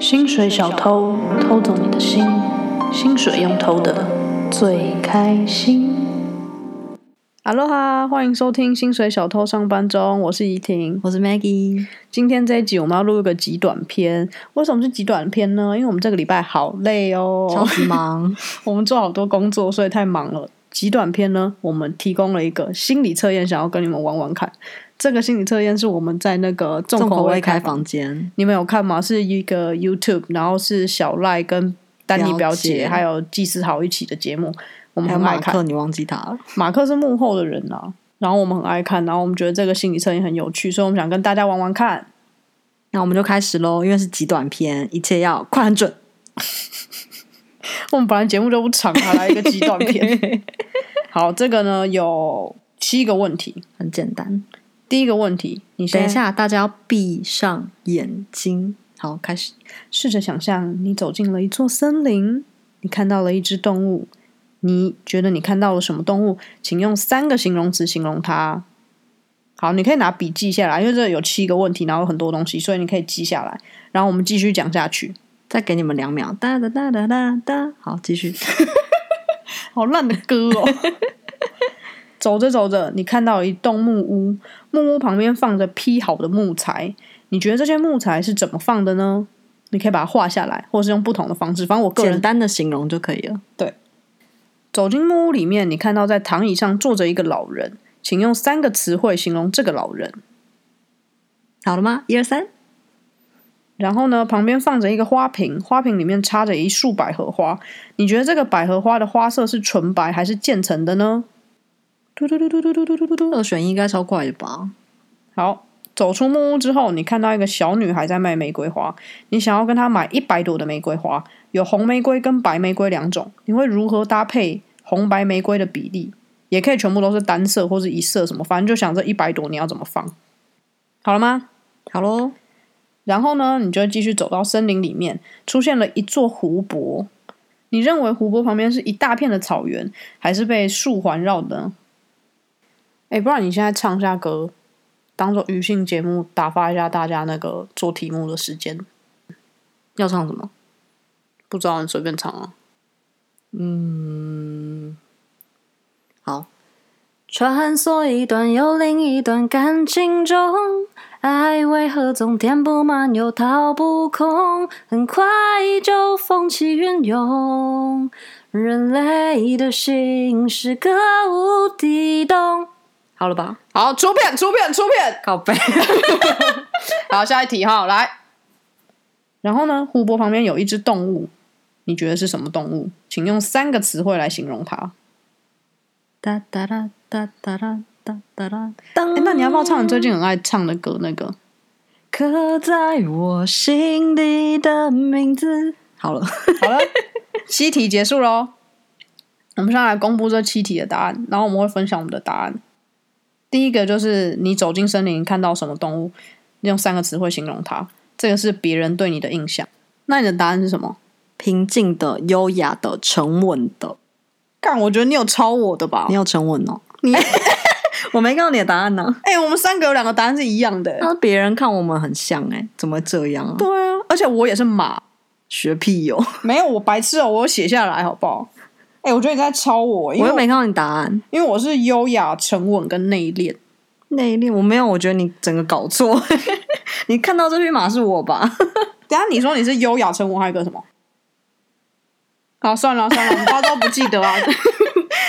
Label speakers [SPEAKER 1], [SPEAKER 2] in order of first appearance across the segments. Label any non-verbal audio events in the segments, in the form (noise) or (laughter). [SPEAKER 1] 薪水小偷偷走你的心，薪水用偷的最开心。Hello 哈，欢迎收听《薪水小偷上班中》，我是怡婷。
[SPEAKER 2] 我是 Maggie。
[SPEAKER 1] 今天这一集我们要录一个极短篇，为什么是极短篇呢？因为我们这个礼拜好累哦，
[SPEAKER 2] 超级
[SPEAKER 1] (laughs)
[SPEAKER 2] 忙，
[SPEAKER 1] 我们做好多工作，所以太忙了。极短篇呢，我们提供了一个心理测验，想要跟你们玩玩看。这个心理测验是我们在那个重
[SPEAKER 2] 重
[SPEAKER 1] 口
[SPEAKER 2] 口
[SPEAKER 1] 味
[SPEAKER 2] 味
[SPEAKER 1] 开
[SPEAKER 2] 开
[SPEAKER 1] 房
[SPEAKER 2] 房间，
[SPEAKER 1] 你们有看吗？是一个 YouTube，然后是小赖跟丹尼表
[SPEAKER 2] 了
[SPEAKER 1] 姐
[SPEAKER 2] 解
[SPEAKER 1] 还有季思豪一起的节目，我们
[SPEAKER 2] 还有
[SPEAKER 1] 很
[SPEAKER 2] 马
[SPEAKER 1] 爱看。
[SPEAKER 2] 克，你忘记他了？
[SPEAKER 1] 马克是幕后的人啊，然后我们很爱看，然后我们觉得这个心理测验很有趣，所以我们想跟大家玩玩看。
[SPEAKER 2] 那我们就开始喽，因为是极短篇，一切要快很准。
[SPEAKER 1] 我们本来节目就不长，还来一个极短篇。好，这个呢有七个问题。
[SPEAKER 2] 很简单。
[SPEAKER 1] 第一个问题，你
[SPEAKER 2] 等
[SPEAKER 1] 先
[SPEAKER 2] 一下，大家要闭上眼睛。好，开始。
[SPEAKER 1] 试着想象你走进了一座森林，你看到了一只动物，你觉得你看到了什么动物？请用三个形容词形容它。好，你可以拿笔记下来，因为这有七个问题，然后有很多东西，所以你可以记下来。然后我们继续讲下去。
[SPEAKER 2] 再给你们两秒。哒哒哒哒哒哒。好，
[SPEAKER 1] (laughs)
[SPEAKER 2] 继续。
[SPEAKER 1] 好烂的歌哦！ (laughs) 走着走着，你看到一栋木屋，木屋旁边放着劈好的木材。你觉得这些木材是怎么放的呢？你可以把它画下来，或是用不同的方式。反正我个人
[SPEAKER 2] 简单的形容就可以了。
[SPEAKER 1] 走进木屋里面，你看到在躺椅上坐着一个老人，请用三个词汇形容这个老人。
[SPEAKER 2] 好了吗？一二三。
[SPEAKER 1] 然后呢，旁边放着一个花瓶，花瓶里面插着一束百合花。你觉得这个百合花的花色是纯白还是渐层的呢？嘟嘟嘟嘟嘟嘟嘟嘟嘟嘟。
[SPEAKER 2] 二选一应该超快的吧？
[SPEAKER 1] 好，走出木屋之后，你看到一个小女孩在卖玫瑰花，你想要跟她买一百朵的玫瑰花，有红玫瑰跟白玫瑰两种，你会如何搭配红白玫瑰的比例？也可以全部都是单色或是一色什么，反正就想这一百朵你要怎么放，好了吗？
[SPEAKER 2] 好喽，
[SPEAKER 1] 然后呢，你就会继续走到森林里面，出现了一座湖泊。你认为湖泊旁边是一大片的草原，还是被树环绕的呢？哎，不然你现在唱下歌，当做娱性节目打发一下大家那个做题目的时间。
[SPEAKER 2] 要唱什么？
[SPEAKER 1] 不知道你随便唱啊。
[SPEAKER 2] 好，穿梭一段又另一段感情中，爱为何总填不满又掏不空？很快就风起云涌，人类的心是个无底洞。好了吧，
[SPEAKER 1] 好，出片，出片，出片。
[SPEAKER 2] 告白。
[SPEAKER 1] 好，下一题哈，来。然后呢，湖泊旁边有一只动物，你觉得是什么动物？请用三个词汇来形容它。
[SPEAKER 2] 哒哒哒哒哒哒哒哒哒。
[SPEAKER 1] 哎，那你要不要唱你最近很爱唱的歌？那个
[SPEAKER 2] 刻在我心底的名字？好了，
[SPEAKER 1] 好了，七题结束喽。我们现在来公布这七题的答案，然后我们会分享我们的答案。第一个就是你走进森林看到什么动物，用三个词汇形容它，这个是别人对你的印象。那你的答案是什么？
[SPEAKER 2] 平静的、优雅的、沉稳的。
[SPEAKER 1] 干，我觉得你有抄我的吧
[SPEAKER 2] 你？有沉稳哦。
[SPEAKER 1] 你
[SPEAKER 2] (laughs) 我没看到你的答案呢、
[SPEAKER 1] 哎、我们三个有两个答案是一样的、
[SPEAKER 2] 那别人看我们很像哎、怎么会这样啊？
[SPEAKER 1] 对啊，而且我也是马，
[SPEAKER 2] 学屁哦哟、
[SPEAKER 1] 没有我白痴哦、我有写下来好不好？哎、我觉得你在抄我，因
[SPEAKER 2] 我
[SPEAKER 1] 为
[SPEAKER 2] 又
[SPEAKER 1] 我
[SPEAKER 2] 没看到你答案。
[SPEAKER 1] 因为我是优雅、沉稳跟内敛。
[SPEAKER 2] 内敛我没有，我觉得你整个搞错。 (laughs) 你看到这匹马是我吧？
[SPEAKER 1] 等一下你说你是优雅成文，还有一个什么？好，算了算了，我们大家都不记得 (laughs) 啊。
[SPEAKER 2] (laughs)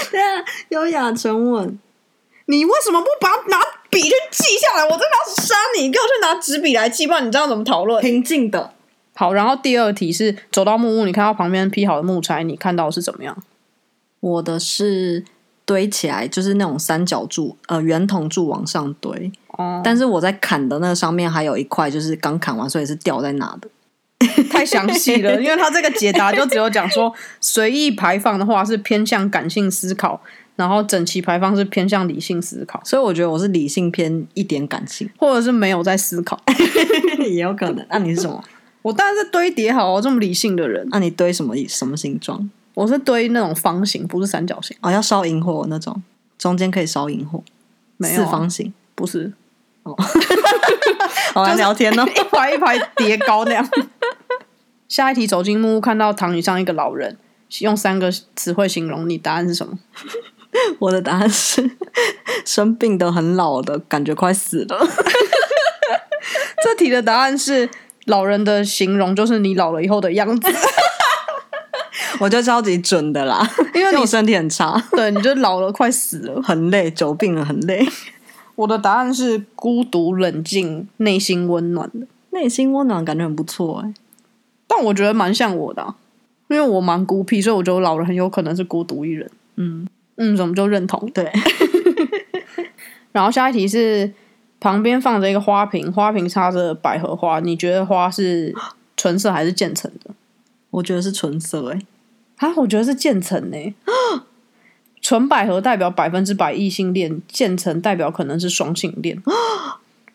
[SPEAKER 2] 对啊，优雅沉稳。
[SPEAKER 1] 你为什么不把拿笔去记下来？我真的要杀你！你给我去拿纸笔来记，不然你知道怎么讨论。
[SPEAKER 2] 平静的，
[SPEAKER 1] 好，然后第二题是走到木屋，你看到旁边劈好的木材，你看到的是怎么样？
[SPEAKER 2] 我的是堆起来，就是那种三角柱，呃，圆筒柱往上堆。
[SPEAKER 1] 哦、
[SPEAKER 2] 但是我在砍的那个上面还有一块，就是刚砍完，所以是掉在那的。
[SPEAKER 1] 太详细了，因为他这个解答就只有讲说，随意排放的话是偏向感性思考，然后整齐排放是偏向理性思考，
[SPEAKER 2] 所以我觉得我是理性偏一点感
[SPEAKER 1] (laughs)
[SPEAKER 2] 性，
[SPEAKER 1] 或者是没有在思考。
[SPEAKER 2] 也有可能。那、你是什么？
[SPEAKER 1] 我当然是堆叠好哦，这么理性的人。
[SPEAKER 2] 那、你堆什么什么形状？
[SPEAKER 1] 我是堆那种方形，不是三角形，
[SPEAKER 2] 哦，要烧萤火那种，中间可以烧萤火，
[SPEAKER 1] 没有啊
[SPEAKER 2] 四方形。
[SPEAKER 1] 不是
[SPEAKER 2] 好来聊天哦。
[SPEAKER 1] (laughs)
[SPEAKER 2] (laughs)
[SPEAKER 1] 一排一排叠高那样。下一题走进木屋，看到躺椅上一个老人，用三个词汇形容你，答案是什么？
[SPEAKER 2] 我的答案是 (laughs) 生病的很老的感觉快死了， (laughs)
[SPEAKER 1] 这题的答案是老人的形容就是你老了以后的样子，
[SPEAKER 2] 我觉得超级准的啦，
[SPEAKER 1] 因为
[SPEAKER 2] 因为我
[SPEAKER 1] 你
[SPEAKER 2] 身体很差，
[SPEAKER 1] 对，你就老了，快死了。
[SPEAKER 2] 很累，久病了很
[SPEAKER 1] (laughs)
[SPEAKER 2] 累，
[SPEAKER 1] 我的答案是孤独、冷静、内心温暖的，
[SPEAKER 2] 内心温暖感觉很不错哎、
[SPEAKER 1] 但我觉得蛮像我的啊、因为我蛮孤僻，所以我觉得我老了很有可能是孤独一人。
[SPEAKER 2] 嗯，
[SPEAKER 1] 嗯，我们就认同。
[SPEAKER 2] 对，
[SPEAKER 1] 然后下一题是旁边放着一个花瓶，花瓶插着百合花，你觉得花是纯色还是渐层的？
[SPEAKER 2] 我觉得是纯色哎、
[SPEAKER 1] 啊，我觉得是渐层欸呢。 (gasps) 纯百合代表百分之百异性恋，渐层代表可能是双性 (gasps) 恋。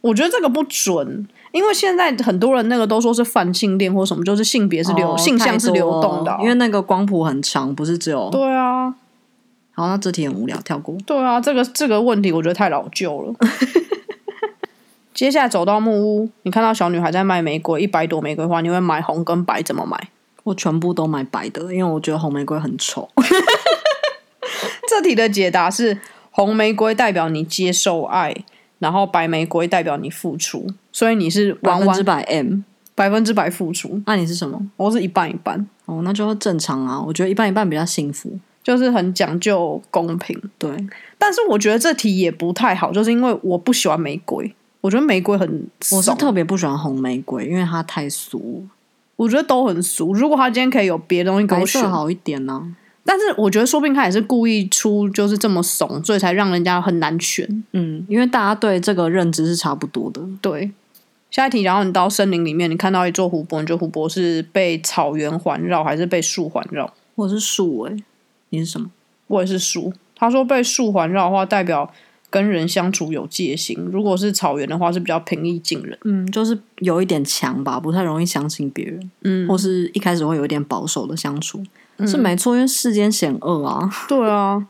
[SPEAKER 1] 我觉得这个不准，因为现在很多人那个都说是泛性恋或什么，就是性别是流、
[SPEAKER 2] 哦
[SPEAKER 1] 性向是流动的啊、
[SPEAKER 2] 太多因为那个光谱很长，不是只有。
[SPEAKER 1] 对啊，
[SPEAKER 2] 好，那这题很无聊，跳过。
[SPEAKER 1] 对啊，这个这个问题我觉得太老旧了。 (laughs) 接下来走到木屋，你看到小女孩在卖玫瑰，一百朵玫瑰花，你会买红跟白怎么买？
[SPEAKER 2] 我全部都买白的，因为我觉得红玫瑰很丑。
[SPEAKER 1] 这题的解答是：红玫瑰代表你接受爱，然后白玫瑰代表你付出，所以你是
[SPEAKER 2] 百
[SPEAKER 1] 完
[SPEAKER 2] 分之
[SPEAKER 1] 完
[SPEAKER 2] 百 M，
[SPEAKER 1] 百分之百付出。
[SPEAKER 2] 那、你是什么？
[SPEAKER 1] 我是一半一半，
[SPEAKER 2] 哦，那就正常啊。我觉得一半一半比较幸福。
[SPEAKER 1] 就是很讲究公平。
[SPEAKER 2] 对，
[SPEAKER 1] 但是我觉得这题也不太好，就是因为我不喜欢玫瑰，我觉得玫瑰很
[SPEAKER 2] 我是
[SPEAKER 1] 怂，
[SPEAKER 2] 特别不喜欢红玫瑰，因为它太俗。
[SPEAKER 1] 我觉得都很俗。如果他今天可以有别的东西给
[SPEAKER 2] 白
[SPEAKER 1] 我选
[SPEAKER 2] 色，好一点啊呢、
[SPEAKER 1] 但是我觉得说不定他也是故意出就是这么怂，所以才让人家很难选。
[SPEAKER 2] 嗯，因为大家对这个认知是差不多的。
[SPEAKER 1] 对，下一题，然后你到森林里面，你看到一座湖泊，你觉得湖泊是被草原环绕还是被树环绕？
[SPEAKER 2] 我是树诶、你是什么？
[SPEAKER 1] 我也是树。他说被树环绕的话，代表跟人相处有戒心；如果是草原的话，是比较平易近人。
[SPEAKER 2] 嗯，就是有一点强吧，不太容易相信别人，
[SPEAKER 1] 嗯，
[SPEAKER 2] 或是一开始会有一点保守的相处，是没错，因为世间险恶啊。 (laughs)
[SPEAKER 1] 对啊。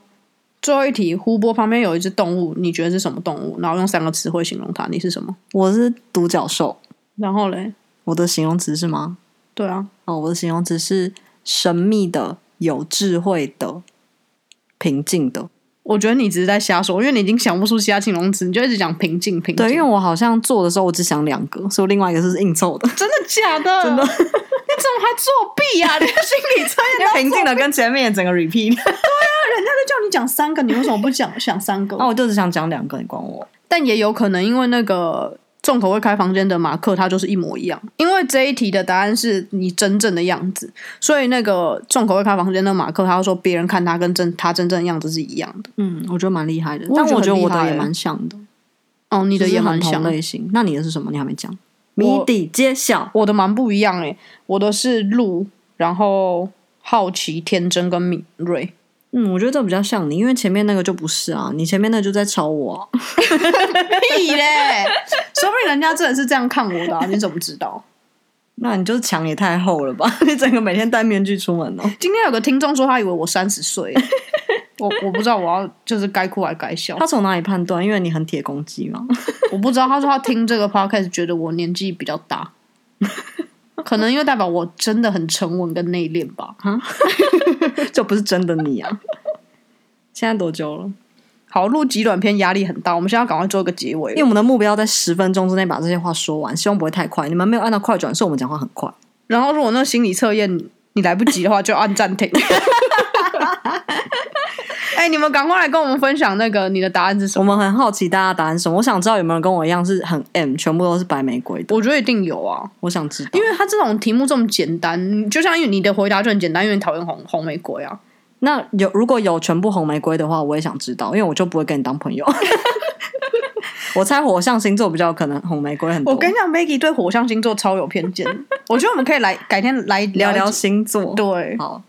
[SPEAKER 1] 最后一题，湖泊旁边有一只动物，你觉得是什么动物？然后用三个词汇形容它，你是什么？
[SPEAKER 2] 我是独角兽，
[SPEAKER 1] 然后嘞，
[SPEAKER 2] 我的形容词是吗？
[SPEAKER 1] 对啊，
[SPEAKER 2] 哦，我的形容词是神秘的、有智慧的、平静的。
[SPEAKER 1] 我觉得你只是在瞎说，因为你已经想不出其他形容词，你就一直讲平静平静。
[SPEAKER 2] 对，因为我好像做的时候我只想两个，所以另外一个是硬 (laughs) 凑的。
[SPEAKER 1] 真的假的？
[SPEAKER 2] 真的
[SPEAKER 1] 你怎么还作弊 (laughs) 呀、你的心理测验
[SPEAKER 2] 因为平静的跟前面整个 (laughs) repeat，
[SPEAKER 1] 人家都叫你讲三个，你为什么不讲想三个
[SPEAKER 2] 那、？我就只想讲两个，你管我？
[SPEAKER 1] 哦但也有可能因为那个重口味开房间的马克，他就是一模一样。因为这一题的答案是你真正的样子，所以那个重口味开房间的马克，他说别人看他跟真他真正的样子是一样的。
[SPEAKER 2] 嗯，我觉得蛮厉害的，
[SPEAKER 1] 我也
[SPEAKER 2] 但
[SPEAKER 1] 觉得
[SPEAKER 2] 我觉得
[SPEAKER 1] 很厉
[SPEAKER 2] 我的
[SPEAKER 1] 害
[SPEAKER 2] 也
[SPEAKER 1] 欸
[SPEAKER 2] 蛮像的，
[SPEAKER 1] 哦，你的
[SPEAKER 2] 就是
[SPEAKER 1] 也
[SPEAKER 2] 很
[SPEAKER 1] 蛮
[SPEAKER 2] 同
[SPEAKER 1] 像，
[SPEAKER 2] 类型。那你的是什么？你还没讲，
[SPEAKER 1] 我
[SPEAKER 2] 谜底揭晓。
[SPEAKER 1] 我的蛮不一样诶、我的是鹿，然后好奇、天真跟敏锐。
[SPEAKER 2] 嗯，我觉得这比较像你，因为前面那个就不是啊，你前面那个就在抄我啊、 (laughs)
[SPEAKER 1] 屁嘞！ (laughs) 说不定人家真的是这样看我的、啊，你怎么知道？
[SPEAKER 2] 那你就是墙也太厚了吧？ (laughs) 你整个每天戴面具出门 (laughs) 哦。
[SPEAKER 1] 今天有个听众说他以为我三十岁， (laughs) 我我不知道我要就是该哭还该笑，
[SPEAKER 2] 他从哪里判断？因为你很铁公鸡嘛。
[SPEAKER 1] 我不知道。他说他听这个 podcast 觉得我年纪比较大，可能因为代表我真的很沉稳跟内敛吧。
[SPEAKER 2] 这不是真的你 (laughs) 啊！现在多久了？
[SPEAKER 1] 好，录极短篇压力很大，我们现在要赶快做一个结尾
[SPEAKER 2] 因为
[SPEAKER 1] 了。
[SPEAKER 2] 我们的目标在十分钟之内把这些话说完，希望不会太快。你们没有按到快转，所以我们讲话很快。
[SPEAKER 1] 然后如果那个心理测验你来不及的话，就按暂停。 (laughs) 哎、你们赶快来跟我们分享那个你的答案是什么？
[SPEAKER 2] 我们很好奇大家答案是什么，我想知道有没有人跟我一样是很 M，全部都是白玫瑰的。
[SPEAKER 1] 我觉得一定有啊。
[SPEAKER 2] 我想知道
[SPEAKER 1] 因。为它这种题目这么简单，就像因为你的回答就很简单，因为你讨厌红红玫瑰啊。
[SPEAKER 2] 那有如果有全部红玫瑰的话，我也想知道，因为我就不会跟你当 (laughs) 朋友。我猜火象星座比较有可能红玫瑰很多。
[SPEAKER 1] 我跟你讲，Maggie 对火象星座超有偏 (laughs) 见，我觉得我们可以来改天来
[SPEAKER 2] 聊
[SPEAKER 1] 聊
[SPEAKER 2] 聊
[SPEAKER 1] 一集。
[SPEAKER 2] 星座。
[SPEAKER 1] 对，
[SPEAKER 2] 好，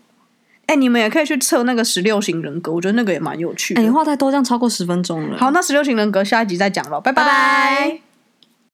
[SPEAKER 1] 哎、你们也可以去测那个十六型人格，我觉得那个也蛮有趣
[SPEAKER 2] 哎、
[SPEAKER 1] 的。
[SPEAKER 2] 你话太多，这样超过十分钟了。
[SPEAKER 1] 好，那十六型人格下一集再讲了，拜
[SPEAKER 2] 拜拜